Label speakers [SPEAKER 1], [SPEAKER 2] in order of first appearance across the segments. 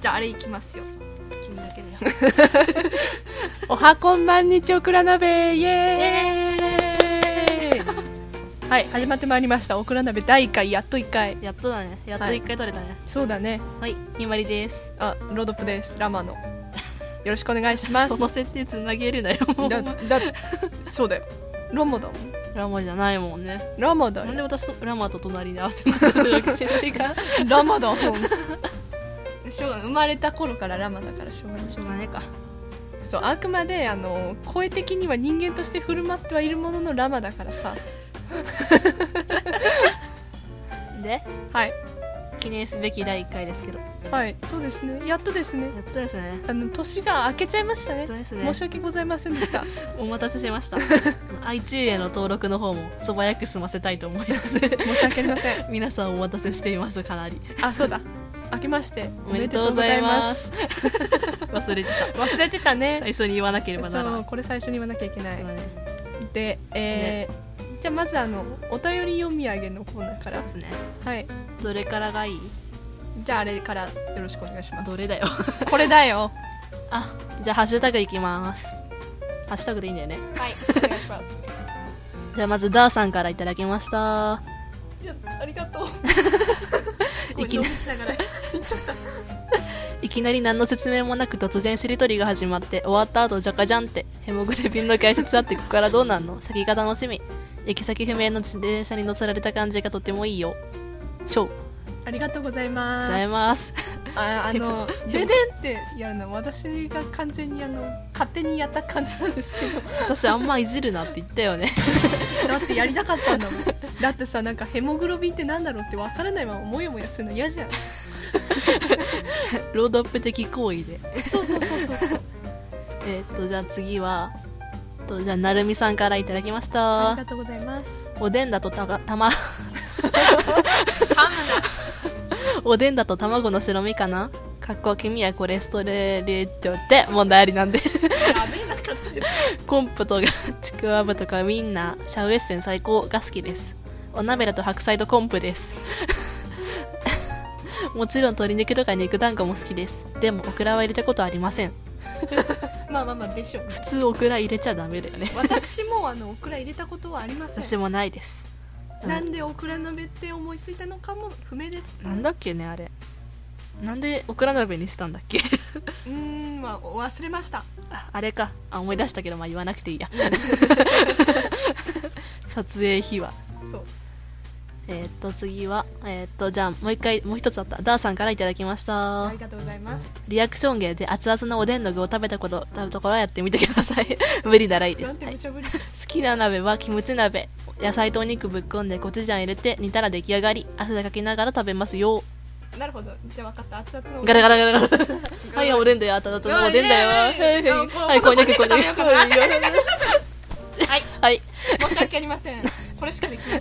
[SPEAKER 1] じゃああれいきますよ君だけだよ
[SPEAKER 2] おはこんばんにちオクラ鍋イエーイはい始まってまいりましたオクラ鍋第1回やっと1回
[SPEAKER 1] やっとだねやっと一回取れたね
[SPEAKER 2] そうだね
[SPEAKER 1] はいひまりです
[SPEAKER 2] あロドプですラマのよろしくお願いします
[SPEAKER 1] その設定つなげるなよもう
[SPEAKER 2] だだそうだよラマだもん
[SPEAKER 1] ラマじゃないもんね
[SPEAKER 2] ラマだ
[SPEAKER 1] なん
[SPEAKER 2] よ
[SPEAKER 1] で私とラマと隣で合わせるのか知らん知らないか
[SPEAKER 2] ラマだもんしょうがない生まれた頃からラマだからしょうがない
[SPEAKER 1] しょうがないか
[SPEAKER 2] そうあくまであの声的には人間として振る舞ってはいるもののラマだからさ
[SPEAKER 1] で
[SPEAKER 2] はい
[SPEAKER 1] 記念すべき第一回ですけどや
[SPEAKER 2] はいそうですねやっとですね
[SPEAKER 1] っとですね
[SPEAKER 2] あの年が明けちゃいました
[SPEAKER 1] や
[SPEAKER 2] ね
[SPEAKER 1] っとですね
[SPEAKER 2] 申し訳ございませんで した
[SPEAKER 1] お待たせしま した iTunes への登録の方も素早く済ませたいと思います
[SPEAKER 2] 申し訳ありません
[SPEAKER 1] 皆さんお待たせしていますかなり
[SPEAKER 2] あそうだ明けまして
[SPEAKER 1] おめでとうございます。 忘れてた。
[SPEAKER 2] 忘れてたね
[SPEAKER 1] 最初に言わなければなら
[SPEAKER 2] そ
[SPEAKER 1] な
[SPEAKER 2] う
[SPEAKER 1] い。
[SPEAKER 2] これ最初に言わなきゃいけないでえーじゃあまずあのお便り読み上げのコーナーか
[SPEAKER 1] か
[SPEAKER 2] らら
[SPEAKER 1] ですね。
[SPEAKER 2] はい
[SPEAKER 1] どれからがいい？
[SPEAKER 2] じゃああれからよろしくお願いします
[SPEAKER 1] どれだよ。
[SPEAKER 2] これだよ
[SPEAKER 1] あ、じゃあハッシュタグいきます。ハッシュタグでいいんだよね。
[SPEAKER 2] はいお願いし ます
[SPEAKER 1] じゃあまずダーさんからいただきました。
[SPEAKER 2] いやありがとう
[SPEAKER 1] いき
[SPEAKER 2] な
[SPEAKER 1] な
[SPEAKER 2] りながら
[SPEAKER 1] いきなり何の説明もなく突然しりとりが始まって終わった後ジャカジャンってヘモグロビンの解説あってここからどうなんの先が楽しみ行き先不明の自転車に乗せられた感じがとてもいいよショー
[SPEAKER 2] ありがとうござい
[SPEAKER 1] ご
[SPEAKER 2] ます
[SPEAKER 1] ざいます
[SPEAKER 2] ああの「でで」ってやるのは私が完全にあの勝手にやった感じなんですけど
[SPEAKER 1] 私あんまいじるなって言ったよね
[SPEAKER 2] だってやりたかったんだもんだってさなんかヘモグロビンってなんだろうってわからないままもやもやするの嫌じゃん
[SPEAKER 1] ロードアップ的行為で
[SPEAKER 2] えそうそうそうそうそう
[SPEAKER 1] えーっとじゃあ次はえっとじゃあなるみさんからいただきまし
[SPEAKER 2] あり
[SPEAKER 1] た
[SPEAKER 2] がとうございます
[SPEAKER 1] おでんだとたがたま
[SPEAKER 2] ハムだ
[SPEAKER 1] おでんだと卵の白身かなかっこ君はコレステロールって問題ありなんで
[SPEAKER 2] やべえな感じ
[SPEAKER 1] コンポとかちくわぶとかウインナーシャウエッセン最高が好きですお鍋だと白菜と昆布です もちろん鶏肉とか肉団子も好きですでもオクラは入れたことありません
[SPEAKER 2] まあまあまあでしょう
[SPEAKER 1] 普通オクラ入れちゃダメだよね
[SPEAKER 2] 私もあのオクラ入れたことはありませ
[SPEAKER 1] 私
[SPEAKER 2] ん
[SPEAKER 1] もないです
[SPEAKER 2] なんでオクラ鍋って思いついたのかも不明です
[SPEAKER 1] なんだっけねあれなんでオクラ鍋にしたんだっけ
[SPEAKER 2] うーんまあ忘れました
[SPEAKER 1] ああれかあ思い出したけどまあ言わなくていいや 撮影秘話
[SPEAKER 2] そう
[SPEAKER 1] えーっと次はえーっとじゃあもう一回もう一つあったダーさんからいただきました、
[SPEAKER 2] ありがとうございます
[SPEAKER 1] リアクション芸で熱々のおでんの具を食べたこと食べたことはやってみてください 無理ならいいで
[SPEAKER 2] なん
[SPEAKER 1] す、
[SPEAKER 2] て
[SPEAKER 1] はい
[SPEAKER 2] 無茶ぶり
[SPEAKER 1] 好きな鍋はキムチ鍋野菜とお肉ぶっこんでコチュジャン入れて煮たら出来上がり汗かきながら食べますよ
[SPEAKER 2] なるほどじゃあ分かった熱々のお
[SPEAKER 1] ガラガラガ ラガラ。はい、おでんだよ、あたたたのおでんだよ。
[SPEAKER 2] あ
[SPEAKER 1] はいい
[SPEAKER 2] やいやいやあこれ
[SPEAKER 1] はい、こんにゃく、こんにゃく。
[SPEAKER 2] こんにゃく食べよう
[SPEAKER 1] はい、はい。
[SPEAKER 2] 申し訳ありません。これしかできません。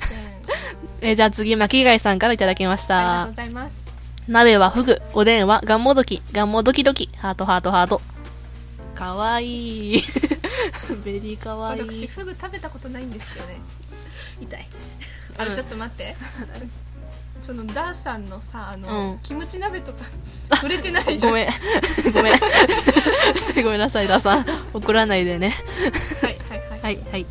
[SPEAKER 1] えー、じゃあ次、巻貝さんからいただきまし
[SPEAKER 2] ありがと
[SPEAKER 1] た
[SPEAKER 2] うご。ざいます。
[SPEAKER 1] 鍋はフグ、おでんはガンモドキ、ガンモドキドキ、ハートハートハート。かわい い。ベリーかわい
[SPEAKER 2] 私
[SPEAKER 1] い。
[SPEAKER 2] フグ食べたことないんですよね。
[SPEAKER 1] 痛い。
[SPEAKER 2] あ
[SPEAKER 1] う
[SPEAKER 2] れ
[SPEAKER 1] ん
[SPEAKER 2] ちょっと待って。そのダーさんのさあの、
[SPEAKER 1] うん
[SPEAKER 2] キムチ鍋とか触れてないじゃん。
[SPEAKER 1] ごめん。 ごめん。ごめんなさい、ダーさん。怒らないでね。
[SPEAKER 2] はいはいはい。
[SPEAKER 1] はい、はい。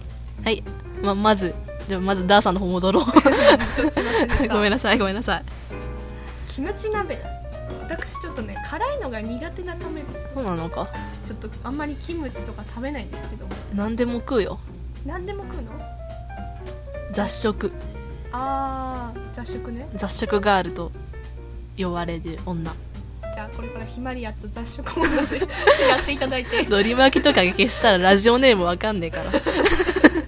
[SPEAKER 1] はい。ま、まず、じゃあまずダーさんの方戻 ろう。
[SPEAKER 2] ちょっとすいませんでした。
[SPEAKER 1] ごめんなさい、ごめんなさい。
[SPEAKER 2] キムチ鍋。私ちょっとね辛いのが苦手なためです。
[SPEAKER 1] そうなのか。
[SPEAKER 2] ちょっとあんまりキムチとか食べないんですけど、
[SPEAKER 1] 何でも食うよ。
[SPEAKER 2] 何でも食うの？
[SPEAKER 1] 雑食。
[SPEAKER 2] あー雑食ね。
[SPEAKER 1] 雑食ガールと呼ばれる女
[SPEAKER 2] じゃあこれからひまりやと雑食もの でやっていただいて。
[SPEAKER 1] ドリマキとか消したらラジオネームわかんねえから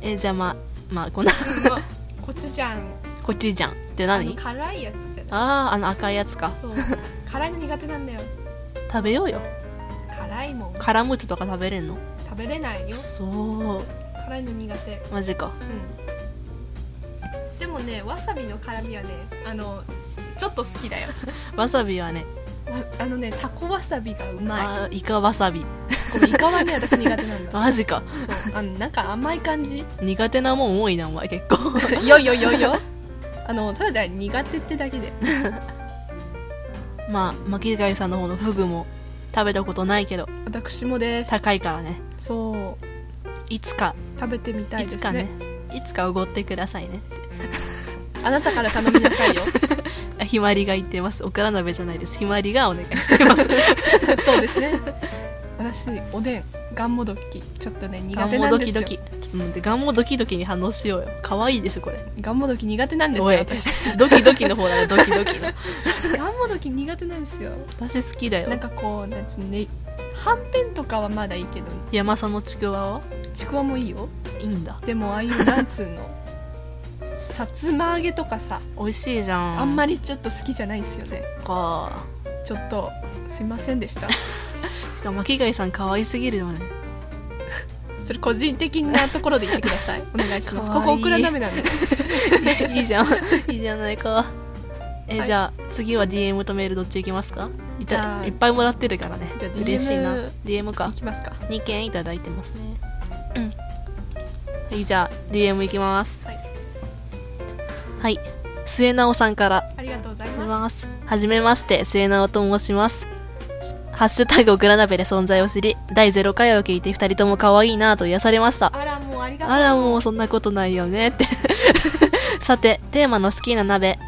[SPEAKER 1] えじゃあまあまあこんな
[SPEAKER 2] まあコチュジャン。
[SPEAKER 1] コチュジャンって
[SPEAKER 2] あの
[SPEAKER 1] 何
[SPEAKER 2] 辛いやつじゃない。
[SPEAKER 1] ああーあの赤いやつか
[SPEAKER 2] そう辛いの苦手なんだよ
[SPEAKER 1] 食べようよ
[SPEAKER 2] 辛いもん
[SPEAKER 1] カラムーチョとか食べれんの
[SPEAKER 2] 食べれないよ
[SPEAKER 1] そ
[SPEAKER 2] 辛いの苦手
[SPEAKER 1] うマジか
[SPEAKER 2] うんでもねわさびの辛みはねあのちょっと好き だよ
[SPEAKER 1] わさびはね
[SPEAKER 2] わあのねタコわさびがうまい
[SPEAKER 1] あーイカわさび
[SPEAKER 2] これイカはね私苦手なんだ
[SPEAKER 1] マジか
[SPEAKER 2] そうあのなんか甘い感 じ
[SPEAKER 1] 苦手なもん多いなお前結構
[SPEAKER 2] よよよよあのただ苦手ってだけで
[SPEAKER 1] まあ巻貝さんの方のフグも食べたことないけど
[SPEAKER 2] 私もです
[SPEAKER 1] 高いからね
[SPEAKER 2] そう
[SPEAKER 1] いつか
[SPEAKER 2] 食べてみたい
[SPEAKER 1] い
[SPEAKER 2] です
[SPEAKER 1] つか
[SPEAKER 2] ね
[SPEAKER 1] ねいつかおごってくださいね
[SPEAKER 2] あなたから頼みなさ いよ
[SPEAKER 1] あひまりが言ってますオクラ鍋じゃないですひまりがお願いしてます
[SPEAKER 2] そうですね私おでんがんもどきちょっとね 苦
[SPEAKER 1] ガ
[SPEAKER 2] 手
[SPEAKER 1] ンモ
[SPEAKER 2] なん
[SPEAKER 1] ド
[SPEAKER 2] で
[SPEAKER 1] キ
[SPEAKER 2] す
[SPEAKER 1] ド
[SPEAKER 2] よ
[SPEAKER 1] キちょっと待ってガンモドキドキに反応しようよ可愛いでしょこれ
[SPEAKER 2] がんもどき苦手なんですよ
[SPEAKER 1] おい
[SPEAKER 2] 私
[SPEAKER 1] ドキドキの方だねドキドキの
[SPEAKER 2] がんもどき苦手なんですよ
[SPEAKER 1] 私好きだよ
[SPEAKER 2] なんかこうなんつうのねはんぺんとかはまだいいけど
[SPEAKER 1] 山さんのちくわは
[SPEAKER 2] ちくわもいいよ
[SPEAKER 1] いいんだ
[SPEAKER 2] でもああいうなんつう のさつま揚げとかさ
[SPEAKER 1] 美味しいじゃん
[SPEAKER 2] あんま
[SPEAKER 1] り
[SPEAKER 2] りちょっと好きじゃないんですよね
[SPEAKER 1] か
[SPEAKER 2] ちょっとすいませんでした
[SPEAKER 1] でも巻貝さん可愛すぎるよ ね
[SPEAKER 2] それ個人的なところで言ってくださいお願いします
[SPEAKER 1] かわいい
[SPEAKER 2] ここオクラ鍋なんで
[SPEAKER 1] いいじゃんいいじゃないかえ、
[SPEAKER 2] はい
[SPEAKER 1] じゃあ次は DM とメールどっち行きますかい
[SPEAKER 2] は
[SPEAKER 1] た
[SPEAKER 2] い
[SPEAKER 1] いっぱいもらってるからね
[SPEAKER 2] じゃあ DM
[SPEAKER 1] 嬉しいな DM
[SPEAKER 2] 行
[SPEAKER 1] か
[SPEAKER 2] きますか
[SPEAKER 1] 2件いただいてますねうんはいじゃあ DM 行きます
[SPEAKER 2] はい
[SPEAKER 1] はい末直さんから
[SPEAKER 2] ありがとうござい
[SPEAKER 1] い
[SPEAKER 2] ま
[SPEAKER 1] ます。はじめまして、末直と申します。ハッシュタグオクラ鍋で存在を知り、第0回を聞いて2人とも可愛いなぁと癒されました
[SPEAKER 2] す。あらもうありがとう
[SPEAKER 1] あらもうそんなことないよねって。 さて、テーマの好きな鍋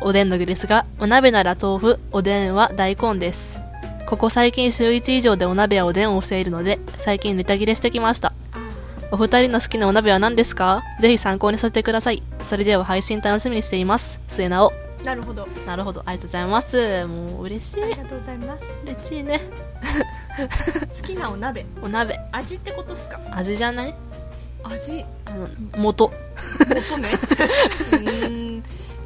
[SPEAKER 1] おでんの具ですが、お鍋なら豆腐、おでんは大根です。ここ最近週1以上でお鍋やおでんをしているので、最近ネタ切れしてきました。お二人の好きなお鍋は何ですかぜひ参考にさせてください。それでは配信楽しみにしています。末直。
[SPEAKER 2] あなるほど
[SPEAKER 1] なるほど、ありがとうございます。もう嬉しい
[SPEAKER 2] あ。りがとうございます
[SPEAKER 1] 嬉しいね。
[SPEAKER 2] 好きなお鍋
[SPEAKER 1] お鍋、
[SPEAKER 2] 味ってことっすか
[SPEAKER 1] 味じゃない
[SPEAKER 2] 味
[SPEAKER 1] あの、元。
[SPEAKER 2] 音 ね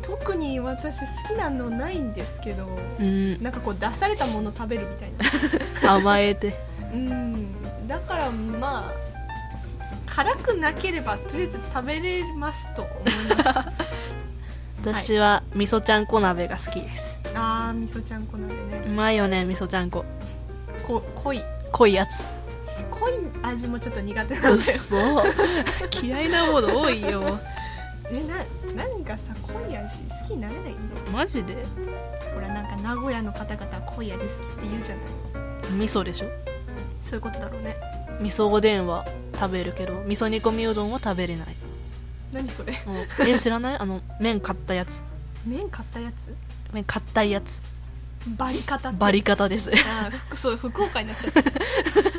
[SPEAKER 2] 特に私好きなのないんですけど
[SPEAKER 1] うん、
[SPEAKER 2] なんかこう出されたもの食べるみた いな
[SPEAKER 1] 甘え て。
[SPEAKER 2] うんだからまあ辛くなければとりあえず食べれますと思います
[SPEAKER 1] 私は、味噌ちゃんこ鍋が好きです。
[SPEAKER 2] あーみそちゃんこ鍋
[SPEAKER 1] う
[SPEAKER 2] ね
[SPEAKER 1] まいよね、味噌ちゃんこ。
[SPEAKER 2] こ濃い
[SPEAKER 1] 濃いやつ。
[SPEAKER 2] 濃い味もちょっと苦手なん
[SPEAKER 1] うっ
[SPEAKER 2] だよ
[SPEAKER 1] そ。嫌いなもの多いよ。
[SPEAKER 2] えななんかさ濃い味好きになれないの
[SPEAKER 1] マジで
[SPEAKER 2] ほらなんか名古屋の方々は濃い味好きって言うじゃない
[SPEAKER 1] 味噌でしょ
[SPEAKER 2] そういうことだろうね
[SPEAKER 1] 味噌おでんは食べるけど、味噌煮込みうどんは食べれない。
[SPEAKER 2] 何それ
[SPEAKER 1] もうえ、知らないあの、麺買ったやつ。
[SPEAKER 2] 麺買ったやつ
[SPEAKER 1] 麺買ったいやつ。
[SPEAKER 2] バリカタって
[SPEAKER 1] バリ方です。
[SPEAKER 2] あーふそう福岡になっちゃった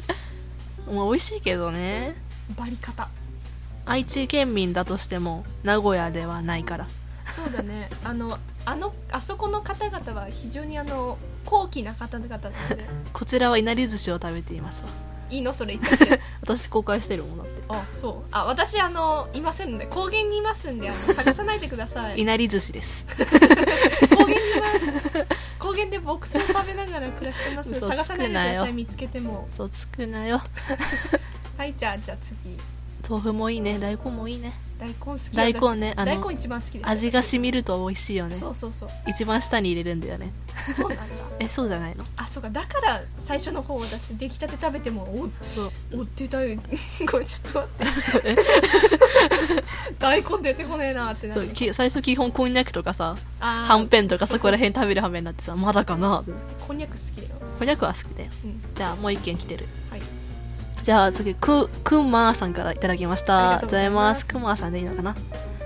[SPEAKER 1] まあ、美味しいけどね。
[SPEAKER 2] バリカタ
[SPEAKER 1] 愛知県民だとしても名古屋ではないから
[SPEAKER 2] そうだねあのあのあそこの方々は非常にあの高貴な方々なので
[SPEAKER 1] こちらはいなり寿司を食べていますわ
[SPEAKER 2] いいのそれ言っちゃって
[SPEAKER 1] 私公開してるもんだって
[SPEAKER 2] あそうあ私あのいませんので高原にいますんであの探さないでくださ
[SPEAKER 1] い
[SPEAKER 2] い
[SPEAKER 1] なり寿司です
[SPEAKER 2] 高原にいます 高原で牧草を食べながら暮らしてますので
[SPEAKER 1] 嘘つく
[SPEAKER 2] 探さないでく
[SPEAKER 1] な
[SPEAKER 2] だ
[SPEAKER 1] よ
[SPEAKER 2] さい見つけても
[SPEAKER 1] そうつくなよ
[SPEAKER 2] はいじゃあじゃあ次
[SPEAKER 1] 豆腐もいいね大根もいいね
[SPEAKER 2] 大根好き
[SPEAKER 1] 大根ねあ
[SPEAKER 2] 私
[SPEAKER 1] の
[SPEAKER 2] 大根一番好きです
[SPEAKER 1] 味が
[SPEAKER 2] し
[SPEAKER 1] 染みると美味しいよね
[SPEAKER 2] そうそうそう
[SPEAKER 1] 一番下に入れるんだよね
[SPEAKER 2] そうなんだ
[SPEAKER 1] えそうじゃないの
[SPEAKER 2] あそうかだから最初の方私出来たて食べてもお
[SPEAKER 1] そう
[SPEAKER 2] お出たい ごめんちょっと待って 大根出てこねえなってな
[SPEAKER 1] そう
[SPEAKER 2] る
[SPEAKER 1] き最初基本こんにゃくとかさ
[SPEAKER 2] あー
[SPEAKER 1] はんぺんとか
[SPEAKER 2] そう
[SPEAKER 1] そ
[SPEAKER 2] そ
[SPEAKER 1] こ
[SPEAKER 2] う
[SPEAKER 1] ら辺食べるはめになってさまだかなって
[SPEAKER 2] こんにゃく好きだよ、
[SPEAKER 1] こんにゃくは好きだよ
[SPEAKER 2] うん、
[SPEAKER 1] じゃあもう一件来てる
[SPEAKER 2] はい
[SPEAKER 1] じゃあ次くくんまーさんからいただきまし
[SPEAKER 2] あ
[SPEAKER 1] た
[SPEAKER 2] りがとうございます
[SPEAKER 1] ありがとうございくまーさんでいいのかな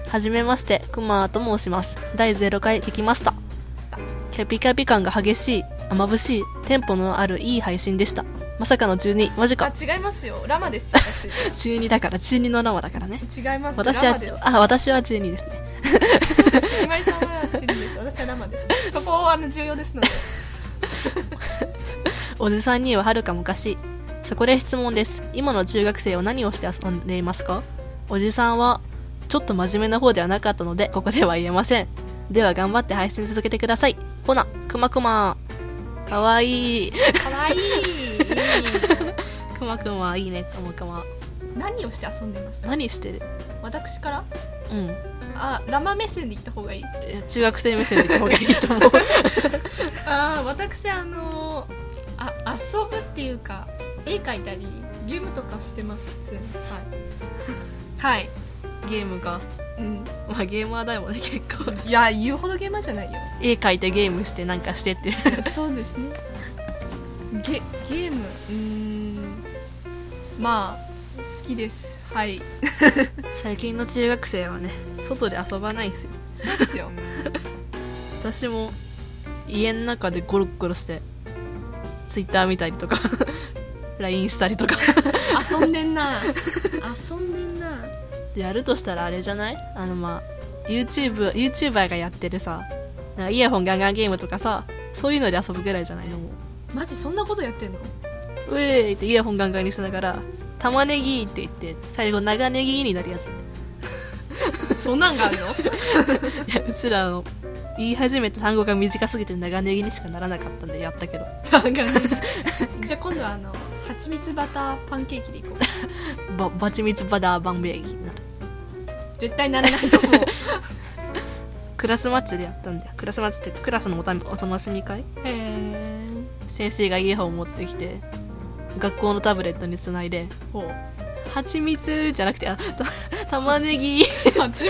[SPEAKER 1] はじめましてくまーと申します第0回聞きました
[SPEAKER 2] スタ
[SPEAKER 1] キャピキャピ感が激しいまぶしいテンポのあるいい配信でしたまさかの12マジか
[SPEAKER 2] あ違いますよラマですよ
[SPEAKER 1] 中2だから中2の生だからね
[SPEAKER 2] 私違います
[SPEAKER 1] 私
[SPEAKER 2] ラ
[SPEAKER 1] は
[SPEAKER 2] マです
[SPEAKER 1] あ私は中2ですね
[SPEAKER 2] ひまりさんはチリです私はラマですそこはあの重要ですので
[SPEAKER 1] おじさんにははるか昔そこで質問です今の中学生は何をして遊んでいますかおじさんはちょっと真面目な方ではなかったのでここでは言えませんでは頑張って配信続けてくださいほなくまくまかわい い
[SPEAKER 2] 可愛い
[SPEAKER 1] くまくまいいねくまくま
[SPEAKER 2] 何をして遊んでますか
[SPEAKER 1] 何してる
[SPEAKER 2] 私から
[SPEAKER 1] うん
[SPEAKER 2] あラマ目線で言った方がいい
[SPEAKER 1] いや中学生目線でいた方がいいと思う
[SPEAKER 2] あー私あのーあ遊ぶっていうか絵描いたりゲームとかしてます普通にはい、はい、
[SPEAKER 1] ゲームか
[SPEAKER 2] うん
[SPEAKER 1] まあゲーマーだよね結構
[SPEAKER 2] いや言うほどゲーマーじゃないよ
[SPEAKER 1] 絵描いてゲームしてなんかしてっていう
[SPEAKER 2] そうですねゲゲームうーんまあ好きですはい
[SPEAKER 1] 最近の中学生はね外で遊ばないんですよ
[SPEAKER 2] そうっすよ
[SPEAKER 1] 私も家の中でゴロゴロしてツイッター見たりとか LINE したりとか
[SPEAKER 2] 遊んでんな遊んでんな
[SPEAKER 1] でやるとしたらあれじゃないあのまあ YouTube YouTuber がやってるさなんかイヤホンガンガンゲームとかさそういうので遊ぶぐらいじゃないのも
[SPEAKER 2] マジそんなことやってんの
[SPEAKER 1] ううえーいってイヤホンガンガンにしながら玉ねぎって言って最後長ネギになるやつ
[SPEAKER 2] そんなんがあるの
[SPEAKER 1] いやうちらの言い始めた単語が短すぎて長ネギにしかならなかったんでやったけど
[SPEAKER 2] じゃあ今度はあの蜂蜜バターパンケーキでいこう
[SPEAKER 1] ババチミツバダーバンベーギーになる
[SPEAKER 2] 絶対ならないと思う
[SPEAKER 1] クラスマッチでやったんだよクラスマッチっていうかクラスのおたお楽しみ会
[SPEAKER 2] へえ
[SPEAKER 1] 先生がイヤホンを持ってきて学校のタブレットにつないで
[SPEAKER 2] ほう
[SPEAKER 1] 「はちみつ」じゃなくてあた「玉ねぎ」
[SPEAKER 2] 蜂蜜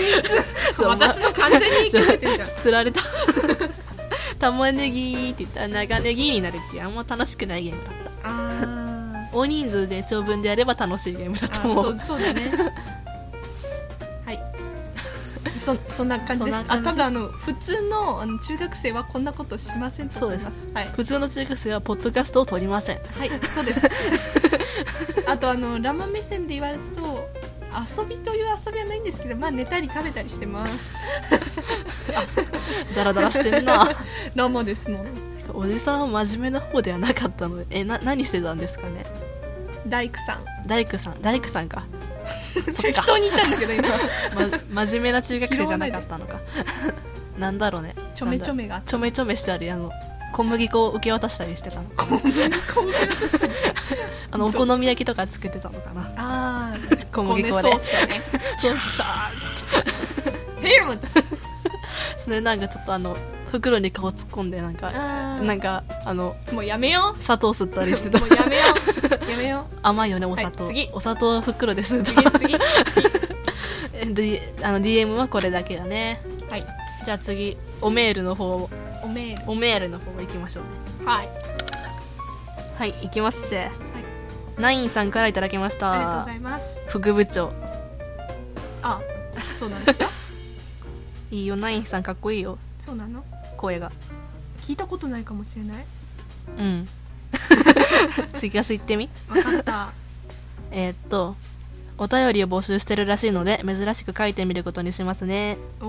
[SPEAKER 2] 私の完全に生きれてるじゃん
[SPEAKER 1] つられた「玉ねぎ」って言ったら長ネギになるっていうあんま楽しくないゲームだった
[SPEAKER 2] あ
[SPEAKER 1] 大人数で長文でやれば楽しいゲーム
[SPEAKER 2] ー
[SPEAKER 1] だ
[SPEAKER 2] あ
[SPEAKER 1] と思
[SPEAKER 2] そううそうだねはいそそんな感じです
[SPEAKER 1] そんな
[SPEAKER 2] あ
[SPEAKER 1] 感じ
[SPEAKER 2] 多分あの普通のあの中学生はこんなことしませんと思いますはい
[SPEAKER 1] 普通の中学生はポッドキャストを撮りません
[SPEAKER 2] はい、そう です。あとあのラマ目線で言われると遊びという遊びはないんですけど、まあ寝たり食べたりしてます。
[SPEAKER 1] ダラダラしてんな
[SPEAKER 2] ラマですもん。
[SPEAKER 1] おじさんは真面目な方ではなかったのでえな何してたんですかね
[SPEAKER 2] 大工さん。
[SPEAKER 1] 大工さん大工さんか
[SPEAKER 2] 適当に言ったんだけど今。
[SPEAKER 1] ま真面目な中学生じゃなかったのかなんだろうね
[SPEAKER 2] ちょめちょめがあって
[SPEAKER 1] ちょめちょめしたりあの小麦粉を受け渡したりしてたのあのお好み焼きとか作ってたのかな
[SPEAKER 2] ああ、
[SPEAKER 1] 小
[SPEAKER 2] こ
[SPEAKER 1] 麦
[SPEAKER 2] ね
[SPEAKER 1] 粉
[SPEAKER 2] ソ
[SPEAKER 1] で
[SPEAKER 2] ースだね。
[SPEAKER 1] そうシャーって
[SPEAKER 2] ヘロツ。
[SPEAKER 1] それなんかちょっとあの袋に顔突っ込んでなんか
[SPEAKER 2] あ
[SPEAKER 1] なんかあの
[SPEAKER 2] あ、もうやめよう。
[SPEAKER 1] 砂糖吸ったりしてた
[SPEAKER 2] もうやめよう。やめよ う。
[SPEAKER 1] 甘いよねお砂糖、
[SPEAKER 2] はい次
[SPEAKER 1] お砂糖袋で吸う
[SPEAKER 2] 次
[SPEAKER 1] と
[SPEAKER 2] 次。
[SPEAKER 1] え であの DM はこれだけだね
[SPEAKER 2] はい。
[SPEAKER 1] じゃあ次おメールの方
[SPEAKER 2] おメー
[SPEAKER 1] おメールの方行きましょうね
[SPEAKER 2] ル。はい。
[SPEAKER 1] はい行きますせ
[SPEAKER 2] はい。
[SPEAKER 1] ナインさんからいただきました
[SPEAKER 2] ありがとうございます。
[SPEAKER 1] 副部長
[SPEAKER 2] あ、そうなん ですか。
[SPEAKER 1] いいよナインさんかっこいいよ
[SPEAKER 2] そうなの。
[SPEAKER 1] 声が
[SPEAKER 2] 聞いたことないかもしれない。
[SPEAKER 1] うんツイキャス行ってみ
[SPEAKER 2] わかった。
[SPEAKER 1] えーっとお便りを募集してるらしいので珍しく書いてみることにしますね
[SPEAKER 2] おお。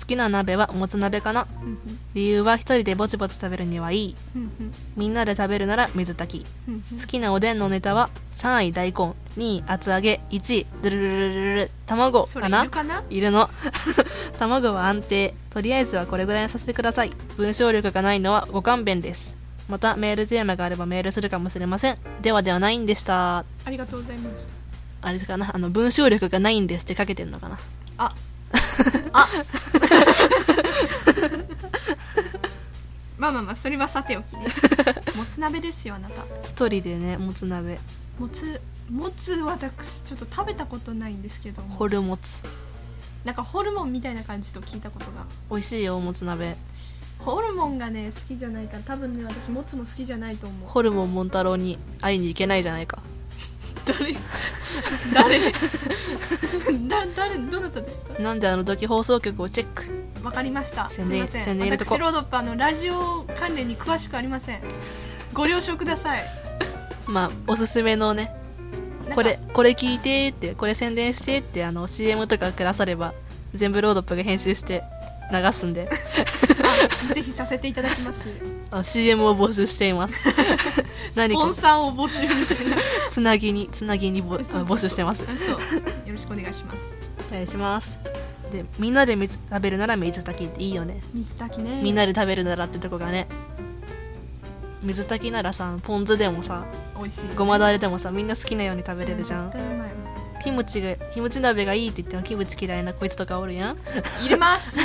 [SPEAKER 1] 好きな鍋はもつ鍋かな
[SPEAKER 2] うん
[SPEAKER 1] 理由は一人でぼちぼち食べるにはいい
[SPEAKER 2] うんうん
[SPEAKER 1] みんなで食べるなら水炊き
[SPEAKER 2] うんうん
[SPEAKER 1] 好きなおでんのネタは3位大根2位厚揚げ1位ドゥルルルルルル卵
[SPEAKER 2] それ
[SPEAKER 1] か
[SPEAKER 2] い
[SPEAKER 1] な
[SPEAKER 2] るかない
[SPEAKER 1] るの 卵は安定とりあえずはこれぐらいにさせてください文章力がないのはご勘弁ですまたメールテーマがあればメールするかもしれませんではではないんでした
[SPEAKER 2] ありがとうございました
[SPEAKER 1] あれかなあの文章力がないんですってかけてんのかな
[SPEAKER 2] あ あまあまあまあそれはさておきねもつ鍋ですよあなた
[SPEAKER 1] 一人でねもつ鍋
[SPEAKER 2] もつもつ私ちょっと食べたことないんですけども
[SPEAKER 1] ホルモツ
[SPEAKER 2] なんかホルモンみたいな感じと聞いたことが
[SPEAKER 1] 美味しいよもつ鍋
[SPEAKER 2] ホルモンがね好きじゃないから多分ね私もつも好きじゃないと思う
[SPEAKER 1] ホルモンモン太郎に会いに行けないじゃないか
[SPEAKER 2] 誰誰 誰 誰どなたですか
[SPEAKER 1] なんであの時放送局をチェック
[SPEAKER 2] わかりました。す
[SPEAKER 1] 宣
[SPEAKER 2] みま
[SPEAKER 1] 伝
[SPEAKER 2] せ
[SPEAKER 1] 宣
[SPEAKER 2] ん。
[SPEAKER 1] 伝入れとこ
[SPEAKER 2] 私ロードップあのラジオ関連に詳しくありません。ご了承ください。
[SPEAKER 1] まあおすすめのね
[SPEAKER 2] なんか
[SPEAKER 1] これこれ聞いてってこれ宣伝してってあの CM とかくだされば全部ロードップが編集して流すんで
[SPEAKER 2] あぜひさせていただきます。
[SPEAKER 1] あの CM を募集しています
[SPEAKER 2] ス
[SPEAKER 1] 何
[SPEAKER 2] ポ
[SPEAKER 1] か
[SPEAKER 2] ンサーを募 集みたいな。
[SPEAKER 1] つなぎにつなぎにぼあ
[SPEAKER 2] そうそうそう
[SPEAKER 1] 募集してます
[SPEAKER 2] あそうよろしくお願いします。
[SPEAKER 1] お願いしますでみんなで水食べるなら水炊きっていいよね、
[SPEAKER 2] 水炊きね。
[SPEAKER 1] みんなで食べるならってとこがね水炊きならさポン酢でもさ
[SPEAKER 2] 美味しい。
[SPEAKER 1] ごまだれでもさみんな好きなように食べれるじゃん
[SPEAKER 2] 絶対うまい
[SPEAKER 1] キムチがキムチ鍋がいいって言ってもキムチ嫌いなこいつとかおるやん
[SPEAKER 2] 入れます。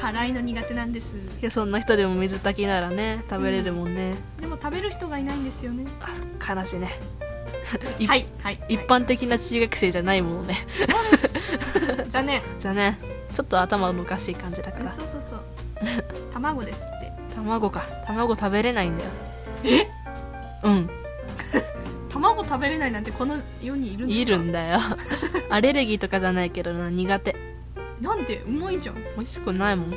[SPEAKER 2] 辛いの苦手なんです。
[SPEAKER 1] いやそんな人でも水炊きならね食べれるもんね、
[SPEAKER 2] でも食べる人がいないんですよね。
[SPEAKER 1] あ悲しいねい
[SPEAKER 2] はいはい
[SPEAKER 1] 一般的な中学生じゃないものね
[SPEAKER 2] 残念
[SPEAKER 1] じゃあねちょっと頭のおかしい感じだから
[SPEAKER 2] そうそうそう卵ですって
[SPEAKER 1] 卵か卵食べれないんだよ
[SPEAKER 2] え
[SPEAKER 1] うん
[SPEAKER 2] 卵食べれないなんてこの世にいるんです
[SPEAKER 1] い
[SPEAKER 2] か
[SPEAKER 1] る んだよアレルギーとかじゃないけどな苦手
[SPEAKER 2] なんでうまいじゃん
[SPEAKER 1] 美味しくないもん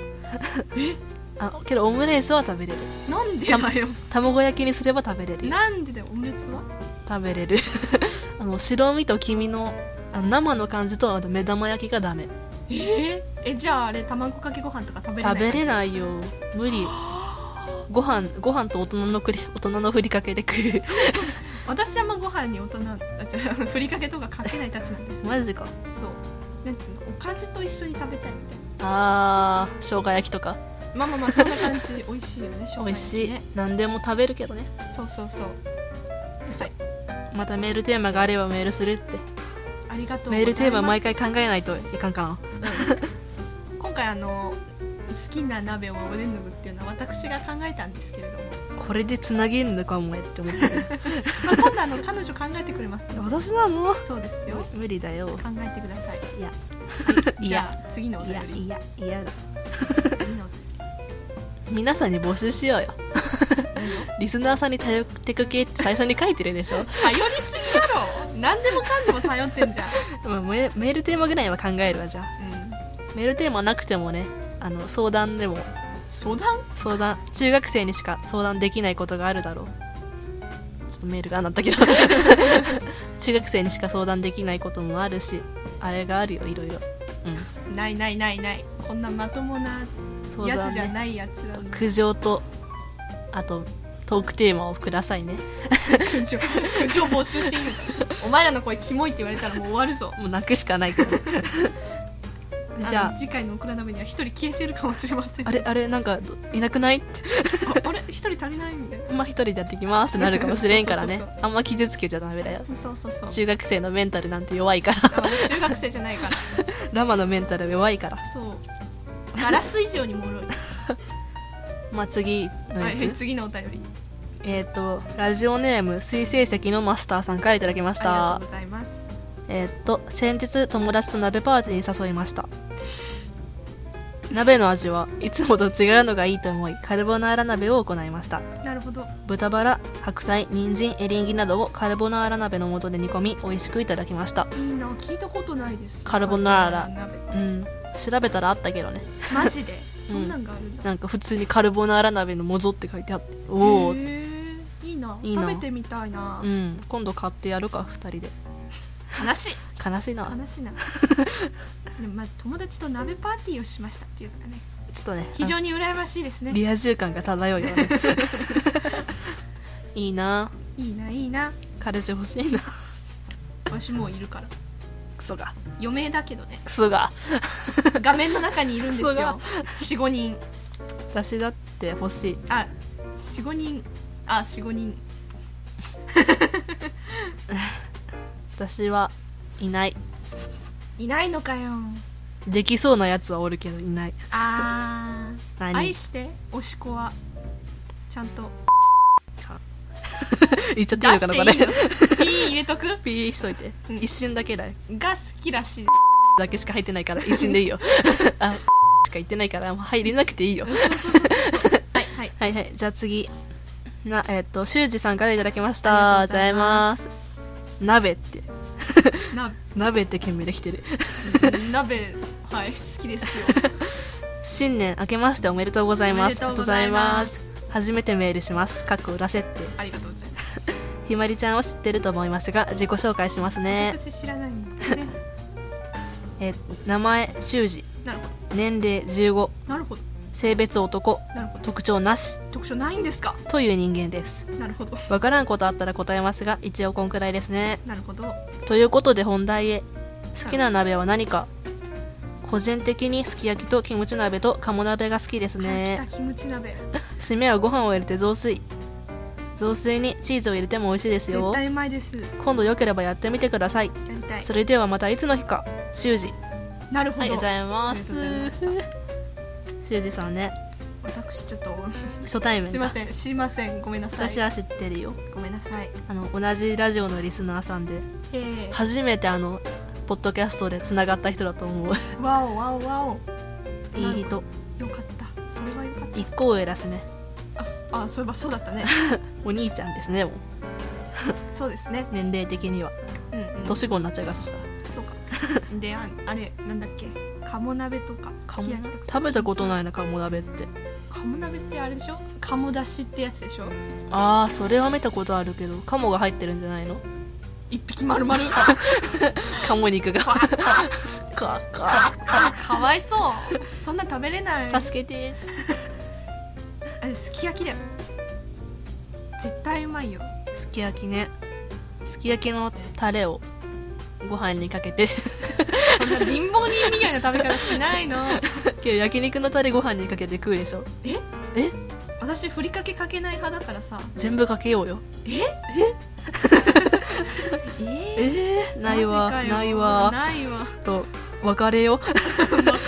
[SPEAKER 1] あけどオムレツは食べれる
[SPEAKER 2] なんでだよ
[SPEAKER 1] 卵焼きにすれば食べれるよ
[SPEAKER 2] なんでだよオムレツは
[SPEAKER 1] 食べれる あの白身と黄身のあの生の感じとあと目玉焼きがダメ
[SPEAKER 2] えー、えじゃああれ卵かけご飯とか食べれない
[SPEAKER 1] 食べれ
[SPEAKER 2] い
[SPEAKER 1] ないよ無理ご飯ご飯と大人のくり大人のふりかけで食
[SPEAKER 2] 私はまあご飯に大人あ違う ふりかけとかかけないたちなんです
[SPEAKER 1] う マジか
[SPEAKER 2] そうなんていうのおかずと一緒に食べたいみたい
[SPEAKER 1] あー生姜焼きとか
[SPEAKER 2] なまあまあまあそんな感じ美味しいよね 生姜
[SPEAKER 1] 美味
[SPEAKER 2] 焼き
[SPEAKER 1] しい、
[SPEAKER 2] ね
[SPEAKER 1] 何でも食べるけどね
[SPEAKER 2] そうそうそうはい
[SPEAKER 1] またメールテーマがあればメールするって
[SPEAKER 2] ありがとうございます
[SPEAKER 1] メールテーマ毎回考えないといかんかな
[SPEAKER 2] うん 今回あの好きな鍋はおでんの具っていうのは私が考えたんですけれども、
[SPEAKER 1] これでつなげるのかもえって思ってる
[SPEAKER 2] まあ、今度あの彼女考えてくれますので
[SPEAKER 1] 私なの
[SPEAKER 2] そうですよ
[SPEAKER 1] 無理だよ
[SPEAKER 2] 考えてください
[SPEAKER 1] いや
[SPEAKER 2] はい
[SPEAKER 1] い
[SPEAKER 2] じ
[SPEAKER 1] や
[SPEAKER 2] ゃあ次のお
[SPEAKER 1] い
[SPEAKER 2] 便
[SPEAKER 1] や
[SPEAKER 2] り
[SPEAKER 1] いやいやだ
[SPEAKER 2] 次のお便
[SPEAKER 1] 皆さんに募集しようよ リスナーさんに頼ってく系って最初に書いてるでしょ
[SPEAKER 2] り頼りすぎだろ 何でもかんでも頼ってんじゃん、
[SPEAKER 1] まあメメールテーマぐらいは考えるわじゃあメールテーマなくてもねあの相談でも
[SPEAKER 2] 相談
[SPEAKER 1] 相談中学生にしか相談できないことがあるだろうちょっとメールがなっ たけど中学生にしか相談できないこともあるしあれがあるよいろいろうん
[SPEAKER 2] ないないないないこんなまともな
[SPEAKER 1] 相
[SPEAKER 2] やつ
[SPEAKER 1] 談
[SPEAKER 2] じゃ
[SPEAKER 1] ね
[SPEAKER 2] ないやつらの
[SPEAKER 1] 苦情とあとトークテーマをくださいね
[SPEAKER 2] 苦情苦情募集していいのかお前らの声キモいって言われたらもう終わるぞ
[SPEAKER 1] もう泣くしかないけど じ
[SPEAKER 2] あ
[SPEAKER 1] ゃ
[SPEAKER 2] の次回のオクラ鍋には一人消えてるかもしれません
[SPEAKER 1] ああれあれなんかどいなくないって
[SPEAKER 2] ああれ一人足りないみたいな
[SPEAKER 1] ほんま一人でやってきますってなるかもしれんから ね
[SPEAKER 2] そうそうそう
[SPEAKER 1] あんま傷つけちゃダメだよ
[SPEAKER 2] そうそうそう
[SPEAKER 1] 中学生のメンタルなんて弱いから
[SPEAKER 2] あ私中学生じゃないから
[SPEAKER 1] ラマのメンタル弱いから
[SPEAKER 2] そうガラス以上にも ろい、
[SPEAKER 1] まあ次の
[SPEAKER 2] は
[SPEAKER 1] やつ、
[SPEAKER 2] い、次のお便り
[SPEAKER 1] えっ、とラジオネーム水星石のマスターさんからいただきまし
[SPEAKER 2] ありがと
[SPEAKER 1] た
[SPEAKER 2] うございます
[SPEAKER 1] えっ、と先日友達と鍋パーティーに誘いました鍋の味はいつもと違うのがいいと思いカルボナーラ鍋を行いました
[SPEAKER 2] なるほど
[SPEAKER 1] 豚バラ白菜人参エリンギなどをカルボナーラ鍋の素で煮込み美味しくいただきました
[SPEAKER 2] いいな聞いたことないです
[SPEAKER 1] カルボナーラ
[SPEAKER 2] カルボナ鍋
[SPEAKER 1] うん調べたらあったけどね
[SPEAKER 2] マジ でそんなんがあるんだ、
[SPEAKER 1] なんか普通にカルボナーラ鍋の素って書いてあっておお
[SPEAKER 2] へーいいない
[SPEAKER 1] いな
[SPEAKER 2] 食べてみたいな、
[SPEAKER 1] うん今度買ってやるか2人で
[SPEAKER 2] 悲しい
[SPEAKER 1] 悲しいな
[SPEAKER 2] 悲しい なでもまあ友達と鍋パーティーをしましたっていうのがね
[SPEAKER 1] ちょっとね
[SPEAKER 2] 非常に羨ましいですね
[SPEAKER 1] リア充感が漂う よねいいない
[SPEAKER 2] いないいな
[SPEAKER 1] 彼氏欲しいな
[SPEAKER 2] 私もういるから
[SPEAKER 1] クソが
[SPEAKER 2] 余命だけどね
[SPEAKER 1] クソが
[SPEAKER 2] 画面の中にいるんですよ
[SPEAKER 1] クソが
[SPEAKER 2] 45人
[SPEAKER 1] 私だって欲しい
[SPEAKER 2] あ45人あ45人
[SPEAKER 1] 私はいない
[SPEAKER 2] いないのかよ
[SPEAKER 1] できそうなやつはおるけどいない
[SPEAKER 2] あー
[SPEAKER 1] 何
[SPEAKER 2] 愛して推し子はちゃんと
[SPEAKER 1] さん 言っちゃってい
[SPEAKER 2] 出
[SPEAKER 1] いのかなこ
[SPEAKER 2] していい
[SPEAKER 1] れ
[SPEAKER 2] のいい入れとく
[SPEAKER 1] ピーしといて、
[SPEAKER 2] うん
[SPEAKER 1] 一瞬だけだよ
[SPEAKER 2] が好きらしい
[SPEAKER 1] だけしか入ってないから一瞬でい いよあしか言ってないからもう入れなくていいよ
[SPEAKER 2] はいはい
[SPEAKER 1] はいはいじゃあ次なえっ、と修二さんからいただきまし
[SPEAKER 2] あ
[SPEAKER 1] た
[SPEAKER 2] りがとうございます
[SPEAKER 1] ありがとうございます鍋って
[SPEAKER 2] な
[SPEAKER 1] 鍋って懸命できてる
[SPEAKER 2] 鍋はい好きですよ
[SPEAKER 1] 新年明けましておめでとうございます
[SPEAKER 2] おめでとうございます
[SPEAKER 1] ありがとうございます初めてメールしますかっこ裏設定
[SPEAKER 2] ありがとうございます
[SPEAKER 1] ひまりちゃんは知ってると思いますが自己紹介しますね
[SPEAKER 2] 私知らないんですね
[SPEAKER 1] えー名前修二
[SPEAKER 2] なるほ
[SPEAKER 1] 年齢15
[SPEAKER 2] どなるほど
[SPEAKER 1] 性別男
[SPEAKER 2] なるほど
[SPEAKER 1] 特徴なし
[SPEAKER 2] 特徴ないんですか
[SPEAKER 1] という人間です
[SPEAKER 2] なるほど
[SPEAKER 1] わからんことあったら答えますが一応こんくらいですね
[SPEAKER 2] なるほど
[SPEAKER 1] ということで本題へ好きな鍋は何か個人的にすき焼きとキムチ鍋と鴨鍋が好きです
[SPEAKER 2] ね
[SPEAKER 1] ね
[SPEAKER 2] たキムチ鍋
[SPEAKER 1] 締めはご飯を入れて雑炊雑炊にチーズを入れても美味しいです
[SPEAKER 2] 絶
[SPEAKER 1] よ
[SPEAKER 2] 対うまいですや
[SPEAKER 1] 今度よければやってみてください
[SPEAKER 2] りたい
[SPEAKER 1] それではまたいつの日か修二
[SPEAKER 2] なるほ
[SPEAKER 1] はいありがとう
[SPEAKER 2] ど
[SPEAKER 1] ございま
[SPEAKER 2] ありがとうござい
[SPEAKER 1] す修二さんね
[SPEAKER 2] 私ちょっと
[SPEAKER 1] 初対面だ
[SPEAKER 2] すいませんすいませんごめんなさい
[SPEAKER 1] 私は知ってるよ
[SPEAKER 2] ごめんなさい
[SPEAKER 1] あの同じラジオのリスナーさんで
[SPEAKER 2] ええ
[SPEAKER 1] 初めてあのポッドキャストでつながった人だと思う
[SPEAKER 2] わおわおわお
[SPEAKER 1] いい人
[SPEAKER 2] よかったそれはよかっ
[SPEAKER 1] 一個上だしね
[SPEAKER 2] たあすあそういえばそうだったね
[SPEAKER 1] お兄ちゃんですねもう
[SPEAKER 2] そうですね
[SPEAKER 1] 年齢的には
[SPEAKER 2] うん、うん、
[SPEAKER 1] 年子になっちゃうからそしたら
[SPEAKER 2] そうか でああれなんだっけ鴨鍋とかす
[SPEAKER 1] 鴨
[SPEAKER 2] き
[SPEAKER 1] 鍋
[SPEAKER 2] 焼きとか
[SPEAKER 1] 食べたことないな鴨鍋って
[SPEAKER 2] 鴨鍋ってあれでしょ鴨だしってやつでしょ
[SPEAKER 1] ああそれは見たことあるけど鴨が入ってるんじゃない の
[SPEAKER 2] 一匹丸 々
[SPEAKER 1] 鴨肉がかか
[SPEAKER 2] かわいそうそんな食べれない
[SPEAKER 1] 助けて
[SPEAKER 2] あれすき焼きだよ絶対うまいよ
[SPEAKER 1] すき焼きねすき焼きのタレをご飯にかけて
[SPEAKER 2] そんな貧乏人みたいな食べ方しない の
[SPEAKER 1] けど焼肉のタレご飯にかけて食うでしょ
[SPEAKER 2] え
[SPEAKER 1] え
[SPEAKER 2] 私ふりかけかけない派だからさ
[SPEAKER 1] 全部かけようよ
[SPEAKER 2] えええ
[SPEAKER 1] え ー、
[SPEAKER 2] ー
[SPEAKER 1] ないわ
[SPEAKER 2] マジかよ
[SPEAKER 1] ないわ
[SPEAKER 2] ないわ
[SPEAKER 1] ちょっと別れよ
[SPEAKER 2] 別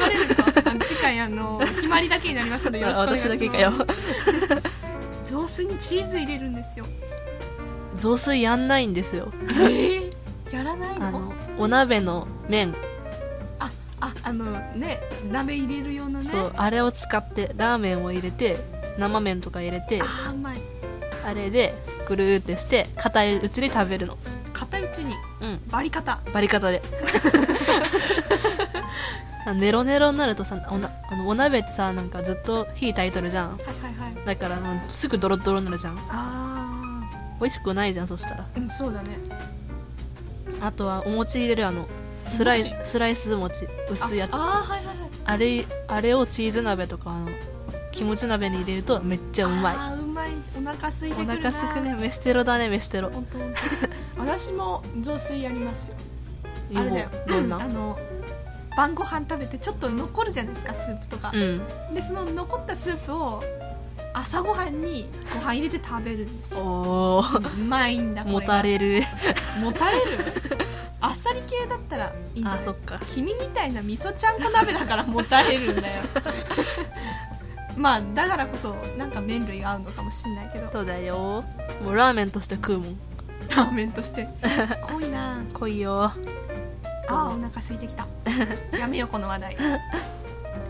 [SPEAKER 2] れるかあ の次回あの決まりだけになりますのでよろしくお願いし
[SPEAKER 1] 私
[SPEAKER 2] ます
[SPEAKER 1] だけかよ
[SPEAKER 2] 雑炊にチーズ入れるんですよ
[SPEAKER 1] 雑炊やんないんですよ
[SPEAKER 2] えやらないの
[SPEAKER 1] あのお鍋の麺、
[SPEAKER 2] あああのね鍋入れるようなね
[SPEAKER 1] そうあれを使ってラーメンを入れて生麺とか入れてあ
[SPEAKER 2] あーうまい
[SPEAKER 1] れでぐるーってして固いうちに食べるの
[SPEAKER 2] 片打ちに
[SPEAKER 1] うん
[SPEAKER 2] バリ方
[SPEAKER 1] バリ方で あのネロネロになるとさおなあのお鍋ってさなんかずっと火炊いとるじゃん
[SPEAKER 2] はいはいはい
[SPEAKER 1] だからあのすぐドロッドロになるじゃん
[SPEAKER 2] あ
[SPEAKER 1] 美味しくないじゃんそしたら
[SPEAKER 2] ーうんそうだね
[SPEAKER 1] あとはお餅入れるあのスライ
[SPEAKER 2] お
[SPEAKER 1] スライス餅薄いやつ
[SPEAKER 2] ああーはいはいはい
[SPEAKER 1] あれあれをチーズ鍋とかあのキムチ鍋に入れるとめっちゃうまい
[SPEAKER 2] あーうまいお腹空いてく
[SPEAKER 1] お
[SPEAKER 2] るな
[SPEAKER 1] 腹すくねメステロだねメステロ
[SPEAKER 2] 本当本当私も雑炊やりますよあれだよ
[SPEAKER 1] どん
[SPEAKER 2] うん
[SPEAKER 1] な
[SPEAKER 2] あの晩ご飯食べてちょっと残るじゃないですかスープとか
[SPEAKER 1] う、ん
[SPEAKER 2] でその残ったスープを朝ごはんにご飯入れて食べるんですよ
[SPEAKER 1] おー
[SPEAKER 2] うまいんだこれ
[SPEAKER 1] も
[SPEAKER 2] が
[SPEAKER 1] たれる
[SPEAKER 2] もたれるあっさり系だったらいいんじゃ
[SPEAKER 1] あ
[SPEAKER 2] な
[SPEAKER 1] そ
[SPEAKER 2] い
[SPEAKER 1] っか
[SPEAKER 2] 君みたいな味噌ちゃんこ鍋だからもたれるんだよまあだからこそなんか麺類が合うのかもしんないけど
[SPEAKER 1] そうだよもうラーメンとして食うもん
[SPEAKER 2] ラーメンとして濃いな
[SPEAKER 1] 来いよ
[SPEAKER 2] あーお腹空いてきたやめようこの話題
[SPEAKER 1] なん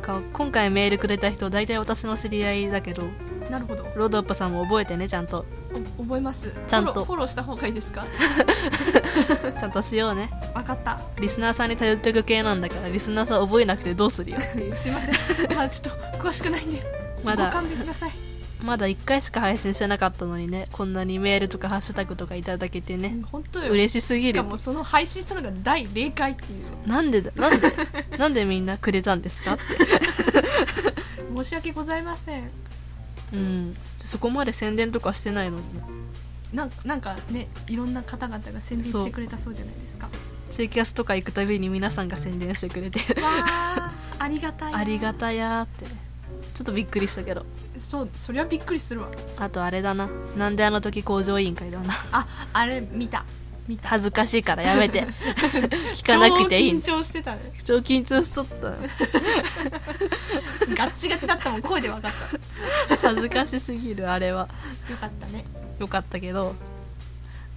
[SPEAKER 1] か今回メールくれた人大体私の知り合いだけど
[SPEAKER 2] なるほど
[SPEAKER 1] ロードアップさんも覚えてねちゃ んと
[SPEAKER 2] お覚えます
[SPEAKER 1] ちゃんと
[SPEAKER 2] フォローフォローした方がいいですか
[SPEAKER 1] ちゃんとしようね
[SPEAKER 2] 分かった
[SPEAKER 1] リスナーさんに頼っていく系なんだからリスナーさん覚えなくてどうす るよっていう
[SPEAKER 2] すいませんまあちょっと詳しくないんで
[SPEAKER 1] ま
[SPEAKER 2] ご
[SPEAKER 1] だ
[SPEAKER 2] 勘弁ください
[SPEAKER 1] まだ1回しか配信してなかったのにねこんなにメールとかハッシュタグとかいただけてね
[SPEAKER 2] 本当よ
[SPEAKER 1] 嬉しすぎ
[SPEAKER 2] し
[SPEAKER 1] る
[SPEAKER 2] かもその配信したのが第0回っていう
[SPEAKER 1] な んでだなんでなんでみんなくれたんですかって
[SPEAKER 2] 申し訳ございません
[SPEAKER 1] うんそこまで宣伝とかしてないのにね
[SPEAKER 2] なんなんかねいろんな方々が宣伝してくれたそうじゃないです かわ
[SPEAKER 1] ツイキャスとか行くたびに皆さんが宣伝してく れて
[SPEAKER 2] あありがたい
[SPEAKER 1] ありがたやーってねちょっとびっくりしたけど
[SPEAKER 2] そうそりゃびっくりするわ
[SPEAKER 1] あとあれだななんであの時工場委員会だな
[SPEAKER 2] ああれ見た見た
[SPEAKER 1] 恥ずかしいからやめて聞かなくていい
[SPEAKER 2] 超緊張してたね
[SPEAKER 1] 超緊張しとったよ
[SPEAKER 2] ガッチガチだったもん声で分かっ
[SPEAKER 1] 恥ずかしすぎるあれは
[SPEAKER 2] たよかったね
[SPEAKER 1] よかったけど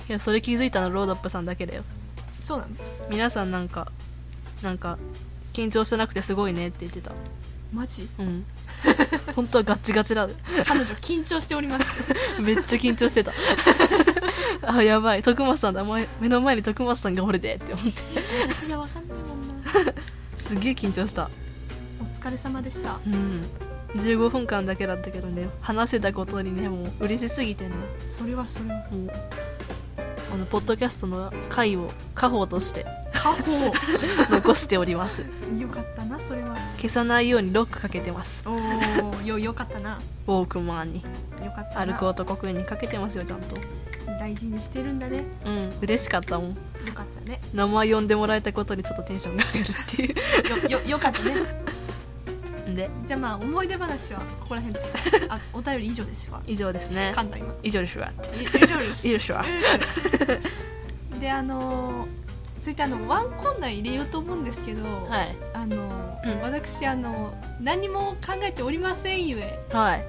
[SPEAKER 1] いやそれ気づいたのロードアップさんだけだよ
[SPEAKER 2] そうなの
[SPEAKER 1] 皆さんなんかなんか緊張してなくてすごいねって言ってた
[SPEAKER 2] マジ
[SPEAKER 1] うん 本当はガッチガチだ
[SPEAKER 2] 彼女緊張しております
[SPEAKER 1] めっちゃ緊張 してたあやばい徳松さんだ前目の前に徳松さんがおるでって思って
[SPEAKER 2] 私じゃ分かんないもんな
[SPEAKER 1] すっげえ緊張した
[SPEAKER 2] お疲れ様でした
[SPEAKER 1] うん15分間だけだったけどね話せたことにねもう嬉しすぎてね
[SPEAKER 2] それはそれは
[SPEAKER 1] もうあのポッドキャストの回を家宝として
[SPEAKER 2] 家宝
[SPEAKER 1] 残しております
[SPEAKER 2] よかったなそれは
[SPEAKER 1] 消さないようにロックかけてます
[SPEAKER 2] おお よよかったな
[SPEAKER 1] ウォークマンに
[SPEAKER 2] よかったな
[SPEAKER 1] 歩く男くんにかけてますよちゃんと
[SPEAKER 2] 大事にしてるんだね
[SPEAKER 1] うん嬉しかったもん
[SPEAKER 2] よかったね
[SPEAKER 1] 名前呼んでもらえたことにちょっとテンションが上がるってい
[SPEAKER 2] よよよかったね
[SPEAKER 1] うで
[SPEAKER 2] じゃあまあ思い出話はここら辺でしたあお便り以上ですわ
[SPEAKER 1] 以上ですね
[SPEAKER 2] 噛んだ今
[SPEAKER 1] 以上ですわって
[SPEAKER 2] い以上です
[SPEAKER 1] 以上ですわ
[SPEAKER 2] であのーそれとあのワンコーナー入れようと思うんですけど、
[SPEAKER 1] はい
[SPEAKER 2] あの、
[SPEAKER 1] うん
[SPEAKER 2] 私あの何も考えておりませんゆえ
[SPEAKER 1] はい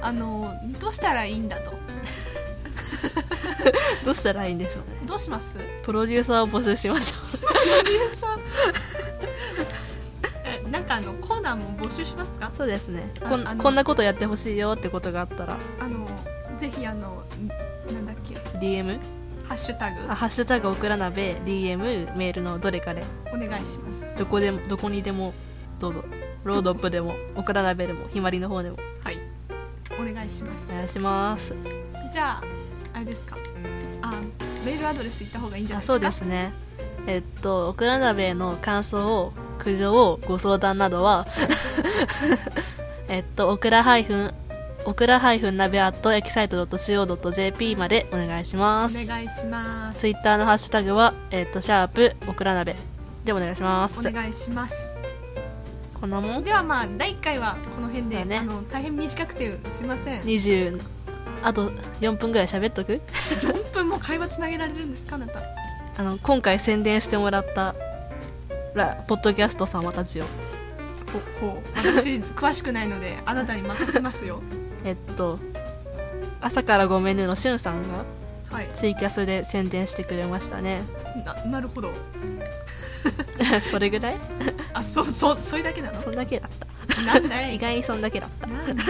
[SPEAKER 2] あのどうしたらいいんだと
[SPEAKER 1] どうしたらいいんでしょうね
[SPEAKER 2] どうします
[SPEAKER 1] プロデューサーを募集しましょう
[SPEAKER 2] え なんかあのコーナーも募集しますか
[SPEAKER 1] そうですね
[SPEAKER 2] あ
[SPEAKER 1] こん
[SPEAKER 2] あの
[SPEAKER 1] こんなことやってほしいよってことがあったら
[SPEAKER 2] あのぜひあのんなんだっけ
[SPEAKER 1] DM
[SPEAKER 2] ハッシュタグ
[SPEAKER 1] あ「ハッシュタグオクラ鍋」DM メールのどれかで
[SPEAKER 2] お願いします
[SPEAKER 1] どこでもどこにでもどうぞロードアップでもオクラ鍋でもひまりの方でも
[SPEAKER 2] はいお願いしま
[SPEAKER 1] お
[SPEAKER 2] す
[SPEAKER 1] 願いします
[SPEAKER 2] じゃああれですかあメールアドレス言った方がいいんじゃ
[SPEAKER 1] あ
[SPEAKER 2] ないです
[SPEAKER 1] そ
[SPEAKER 2] か
[SPEAKER 1] うですねえっとオクラ鍋の感想を苦情をご相談などはえっとオクラハイフンオクラハイフン鍋アットエキサイト .co.jp までお願いします
[SPEAKER 2] お願いします
[SPEAKER 1] ツイッターのハッシュタグはえっとシャープオクラ鍋でお願いします
[SPEAKER 2] お願いします
[SPEAKER 1] こんなもん
[SPEAKER 2] ではまあ第1回はこの辺で、
[SPEAKER 1] だね
[SPEAKER 2] あの大変短くてすいません
[SPEAKER 1] 20あと4分ぐらい喋っとく
[SPEAKER 2] 4分も会話つなげられるんですかあなた
[SPEAKER 1] あの今回宣伝してもらったらポッドキャスト様たちを
[SPEAKER 2] ほう私詳しくないのであなたに任せます よ
[SPEAKER 1] えっと朝からごめんねのしゅんさんが
[SPEAKER 2] はい
[SPEAKER 1] ツイキャスで宣伝してくれましたね
[SPEAKER 2] ななるほど
[SPEAKER 1] それぐらい
[SPEAKER 2] あそうそうそれだけなの
[SPEAKER 1] そんだけだった
[SPEAKER 2] なんだい
[SPEAKER 1] 意外にそんだけだっ
[SPEAKER 2] なんだ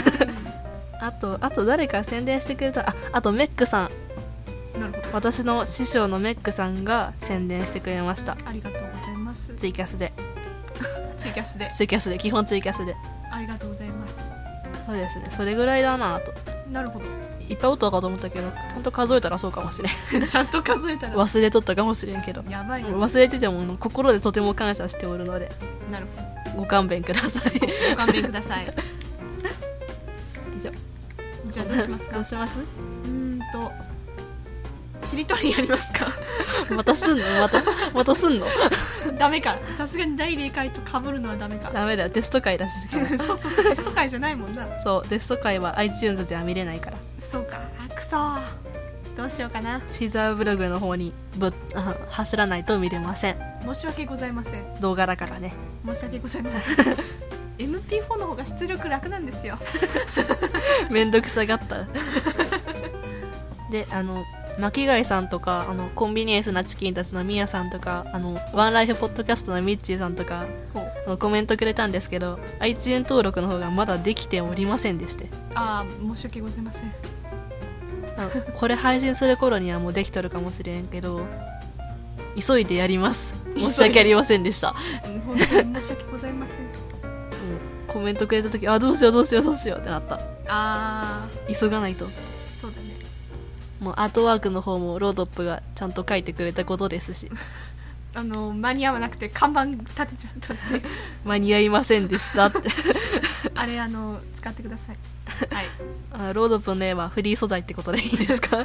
[SPEAKER 1] たあとあと誰か宣伝してくれたああとメックさん
[SPEAKER 2] いなるほど
[SPEAKER 1] 私の師匠のメックさんが宣伝してくれました
[SPEAKER 2] ありがとうございます
[SPEAKER 1] ツイキャスで
[SPEAKER 2] ツイキャスで
[SPEAKER 1] ツイキャスで基本ツイキャスで
[SPEAKER 2] ありがとうございます
[SPEAKER 1] そうですねそれぐらいだなと
[SPEAKER 2] なるほど
[SPEAKER 1] いっぱいおったかと思ったけどちゃんと数えたらそうかもしれん
[SPEAKER 2] ちゃんと数えたら
[SPEAKER 1] 忘れとったかもしれんけど
[SPEAKER 2] やばいやつ
[SPEAKER 1] 忘れてても心でとても感謝しておるので
[SPEAKER 2] なるほど
[SPEAKER 1] ご勘弁ください
[SPEAKER 2] ご勘弁くだ さい
[SPEAKER 1] 以上
[SPEAKER 2] じゃあどうします
[SPEAKER 1] ど
[SPEAKER 2] か
[SPEAKER 1] うします
[SPEAKER 2] うーんとしりとりやりますか
[SPEAKER 1] またすんのまたまたすんの
[SPEAKER 2] ダメかさすがに第0回と被るのはダメか
[SPEAKER 1] ダメだよテスト会だししかも
[SPEAKER 2] そうそうそうテスト会じゃないもんな
[SPEAKER 1] そうテスト会は iTunes では見れないから
[SPEAKER 2] そうかあくそーどうしようかな
[SPEAKER 1] シーザーブログの方にぶ走らないと見れません
[SPEAKER 2] 申し訳ございません
[SPEAKER 1] 動画だからね
[SPEAKER 2] 申し訳ございません MP4 の方が出力楽なんですよ
[SPEAKER 1] めんどくさがった であの巻貝さんとかあのコンビニエンスなチキンたちのミヤさんとかあのワンライフポッドキャストのミッチーさんとかあのコメントくれたんですけど iTunes 登録の方がまだできておりませんでして
[SPEAKER 2] ああ申し訳ございません
[SPEAKER 1] あのこれ配信する頃にはもうできとるかもしれんけど急いでやります申し訳ありませんでした
[SPEAKER 2] うん本当に申し訳ございません
[SPEAKER 1] もうコメントくれた時あどうしようどうしようどうしようってなった
[SPEAKER 2] あ
[SPEAKER 1] 急がないと
[SPEAKER 2] あそうだね
[SPEAKER 1] もうアートワークの方もロードップがちゃんと書いてくれたことですし
[SPEAKER 2] あの間に合わなくて看板立てちゃったって
[SPEAKER 1] 間に合いませんでした って
[SPEAKER 2] あれあの使ってくださいはい
[SPEAKER 1] あロードップの絵はフリー素材ってことでいいです か
[SPEAKER 2] フ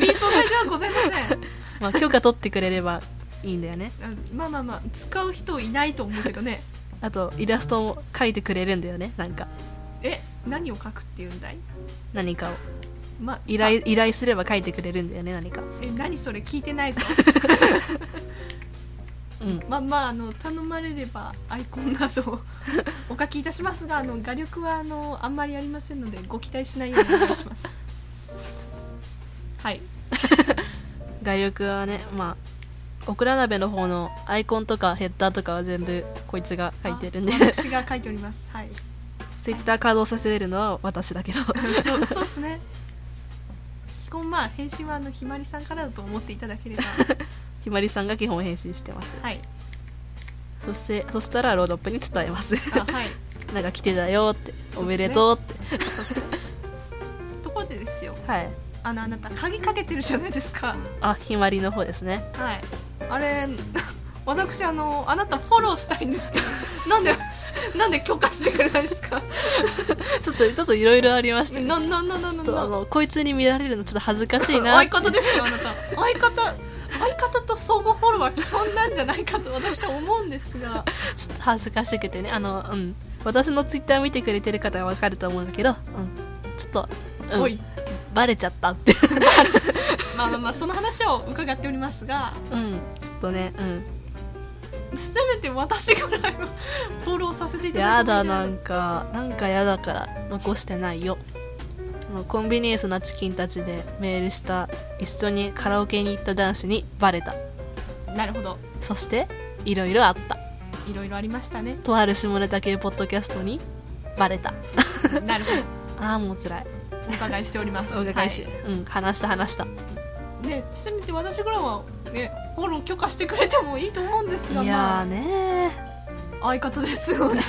[SPEAKER 2] リー素材ではございま せん
[SPEAKER 1] まあ許可取ってくれればいいんだよね
[SPEAKER 2] あまあまあまあ使う人いないと思うけどね
[SPEAKER 1] あとイラストも描いてくれるんだよねなんか
[SPEAKER 2] え何を書くっていうんだい
[SPEAKER 1] 何かを
[SPEAKER 2] まあ
[SPEAKER 1] 依
[SPEAKER 2] さ
[SPEAKER 1] 頼依頼すれば描いてくれるんだよね何か
[SPEAKER 2] え何それ聞いて ないぞ
[SPEAKER 1] うん
[SPEAKER 2] まあまああの頼まれればアイコンな どお書きいたしますがあの画力はあのあんまりありませんのでご期待しないようにお願いします はい
[SPEAKER 1] 画力はねまあオクラ鍋の方のアイコンとかヘッダーとかは全部こいつが書いてるんで
[SPEAKER 2] あ私が書いておりますはい
[SPEAKER 1] ツイッター稼働させるのは私だけど
[SPEAKER 2] そうそうっすね基本まあ返信はあのひまりさんからだと思っていただけ れば
[SPEAKER 1] ひまりさんが基本返信してます
[SPEAKER 2] はい
[SPEAKER 1] そしてそしたらロードップに伝えます
[SPEAKER 2] あはい
[SPEAKER 1] なんか来てたよって、
[SPEAKER 2] そうっすね
[SPEAKER 1] おめでとうって
[SPEAKER 2] そうそうところでですよ
[SPEAKER 1] はい
[SPEAKER 2] あのあなた鍵かけてるじゃないですか
[SPEAKER 1] あひまりの方ですね
[SPEAKER 2] はいあれ 私あのあなたフォローしたいんですけど なんでなんで許可してくれないんですか
[SPEAKER 1] ちょっとちょっといろいろありまして、ね、
[SPEAKER 2] な
[SPEAKER 1] ちょ
[SPEAKER 2] なななな
[SPEAKER 1] っとあ
[SPEAKER 2] な
[SPEAKER 1] のこいつに見られるのちょっと恥ずかし いな
[SPEAKER 2] 相方ですよあなた相方相方と相互フォローは基本なんじゃないかと私は思うんですが
[SPEAKER 1] ちょっと恥ずかしくてねあのうん私のツイッター見てくれてる方はわかると思うんだけど、うん、ちょっと、
[SPEAKER 2] お
[SPEAKER 1] う
[SPEAKER 2] い
[SPEAKER 1] ん、バレちゃったって
[SPEAKER 2] まあまあまあその話を伺っておりますが
[SPEAKER 1] うんちょっとねうん
[SPEAKER 2] せめて私ぐらいはフォローさせていただ
[SPEAKER 1] や
[SPEAKER 2] いてもい
[SPEAKER 1] だ
[SPEAKER 2] いじゃ
[SPEAKER 1] な
[SPEAKER 2] ない
[SPEAKER 1] んかなんかやだから残してないよあのコンビニエンスなチキンたちでメールした一緒にカラオケに行った男子にバレた
[SPEAKER 2] なるほど
[SPEAKER 1] そしていろいろあった
[SPEAKER 2] いろいろありましたね
[SPEAKER 1] とある下ネタ系ポッドキャストにバレた
[SPEAKER 2] なるほど
[SPEAKER 1] ああもう辛い
[SPEAKER 2] お伺いしております
[SPEAKER 1] お伺いし、
[SPEAKER 2] は
[SPEAKER 1] うん話した話した
[SPEAKER 2] いねせめて私ぐらいはねフォロー許可してくれてもいいと思うんですが
[SPEAKER 1] い
[SPEAKER 2] ま
[SPEAKER 1] やー
[SPEAKER 2] あ
[SPEAKER 1] ね
[SPEAKER 2] 相方ですよね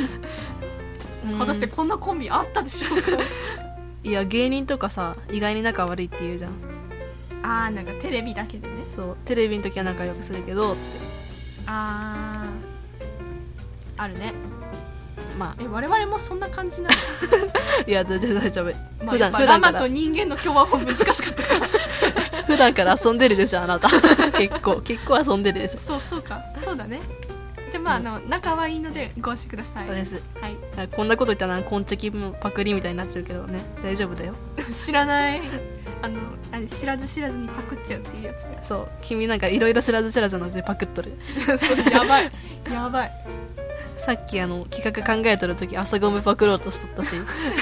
[SPEAKER 1] ーうん
[SPEAKER 2] 果たしてこんなコンビあったでしょうか
[SPEAKER 1] いや芸人とかさ意外に仲悪いって言うじゃん
[SPEAKER 2] あーなんかテレビだけでね
[SPEAKER 1] そうテレビの時は仲良くするけどって
[SPEAKER 2] あーあるね
[SPEAKER 1] ま
[SPEAKER 2] え我々もそんな感じ な
[SPEAKER 1] あ いや大丈夫大丈夫
[SPEAKER 2] のまあ
[SPEAKER 1] 普
[SPEAKER 2] や
[SPEAKER 1] 段
[SPEAKER 2] っぱ
[SPEAKER 1] 普
[SPEAKER 2] ラ
[SPEAKER 1] 段か
[SPEAKER 2] マと
[SPEAKER 1] ら
[SPEAKER 2] 人間の共和も難しかった から
[SPEAKER 1] 普段から遊んでるでしょあな た結構結構遊んでるでしょ
[SPEAKER 2] そうそうかそうだねじゃあまああの仲はいいのでご安心ください
[SPEAKER 1] そうです
[SPEAKER 2] はい
[SPEAKER 1] あこんなこと言ったらこんちきもパクリみたいになっちゃうけどね大丈夫だよ
[SPEAKER 2] 知らないあのあれ知らず知らずにパクっちゃうっていうやつね
[SPEAKER 1] そう君なんかいろいろ知らず知らずのうちにパクっとる
[SPEAKER 2] それやばい やばい
[SPEAKER 1] さっきあの企画考えとる時朝ごめパクろうとしとった し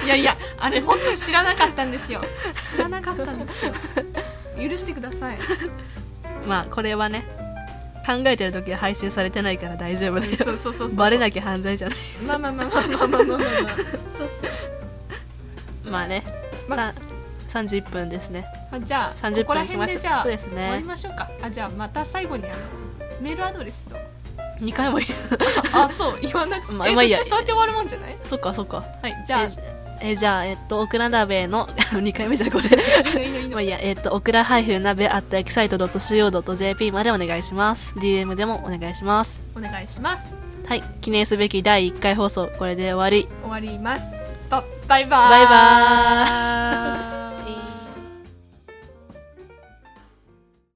[SPEAKER 2] いやいやあれ本当知らなかったんですよ知らなかったんですよ許してください
[SPEAKER 1] まあこれはね考えてる時は配信されてないから大丈夫だよ
[SPEAKER 2] そうそうそうそう
[SPEAKER 1] バレなきゃ犯罪じゃない
[SPEAKER 2] まあまあまあまあまあまあまあまあまあそうそう
[SPEAKER 1] まあね、
[SPEAKER 2] ま
[SPEAKER 1] さん31分ですね
[SPEAKER 2] あじゃあ
[SPEAKER 1] 30
[SPEAKER 2] ここら
[SPEAKER 1] 分きま
[SPEAKER 2] 辺で
[SPEAKER 1] した
[SPEAKER 2] じゃあ
[SPEAKER 1] そうです
[SPEAKER 2] 終わり
[SPEAKER 1] ね
[SPEAKER 2] ましょうかあじゃあまた最後にあのメールアドレスを
[SPEAKER 1] 2回 も言
[SPEAKER 2] あそう言わなくて、
[SPEAKER 1] まあ
[SPEAKER 2] え
[SPEAKER 1] まあいいや
[SPEAKER 2] 別にそうやって終わるもんじゃないう
[SPEAKER 1] そっかそっか
[SPEAKER 2] はいじゃあ
[SPEAKER 1] えじえじゃあえっとオクラ鍋 の2回目じゃんこれ
[SPEAKER 2] いいのいいのいい
[SPEAKER 1] ま
[SPEAKER 2] の
[SPEAKER 1] あいいや、えっ、と、オクラハイフ鍋アットエキサイト .co.jp までお願いします。DM でもお願いします。
[SPEAKER 2] お願いします
[SPEAKER 1] はい、記念すべき第1回放送、これで終わり。
[SPEAKER 2] 終わりますとバイバーイ
[SPEAKER 1] バイバーイ
[SPEAKER 2] バイ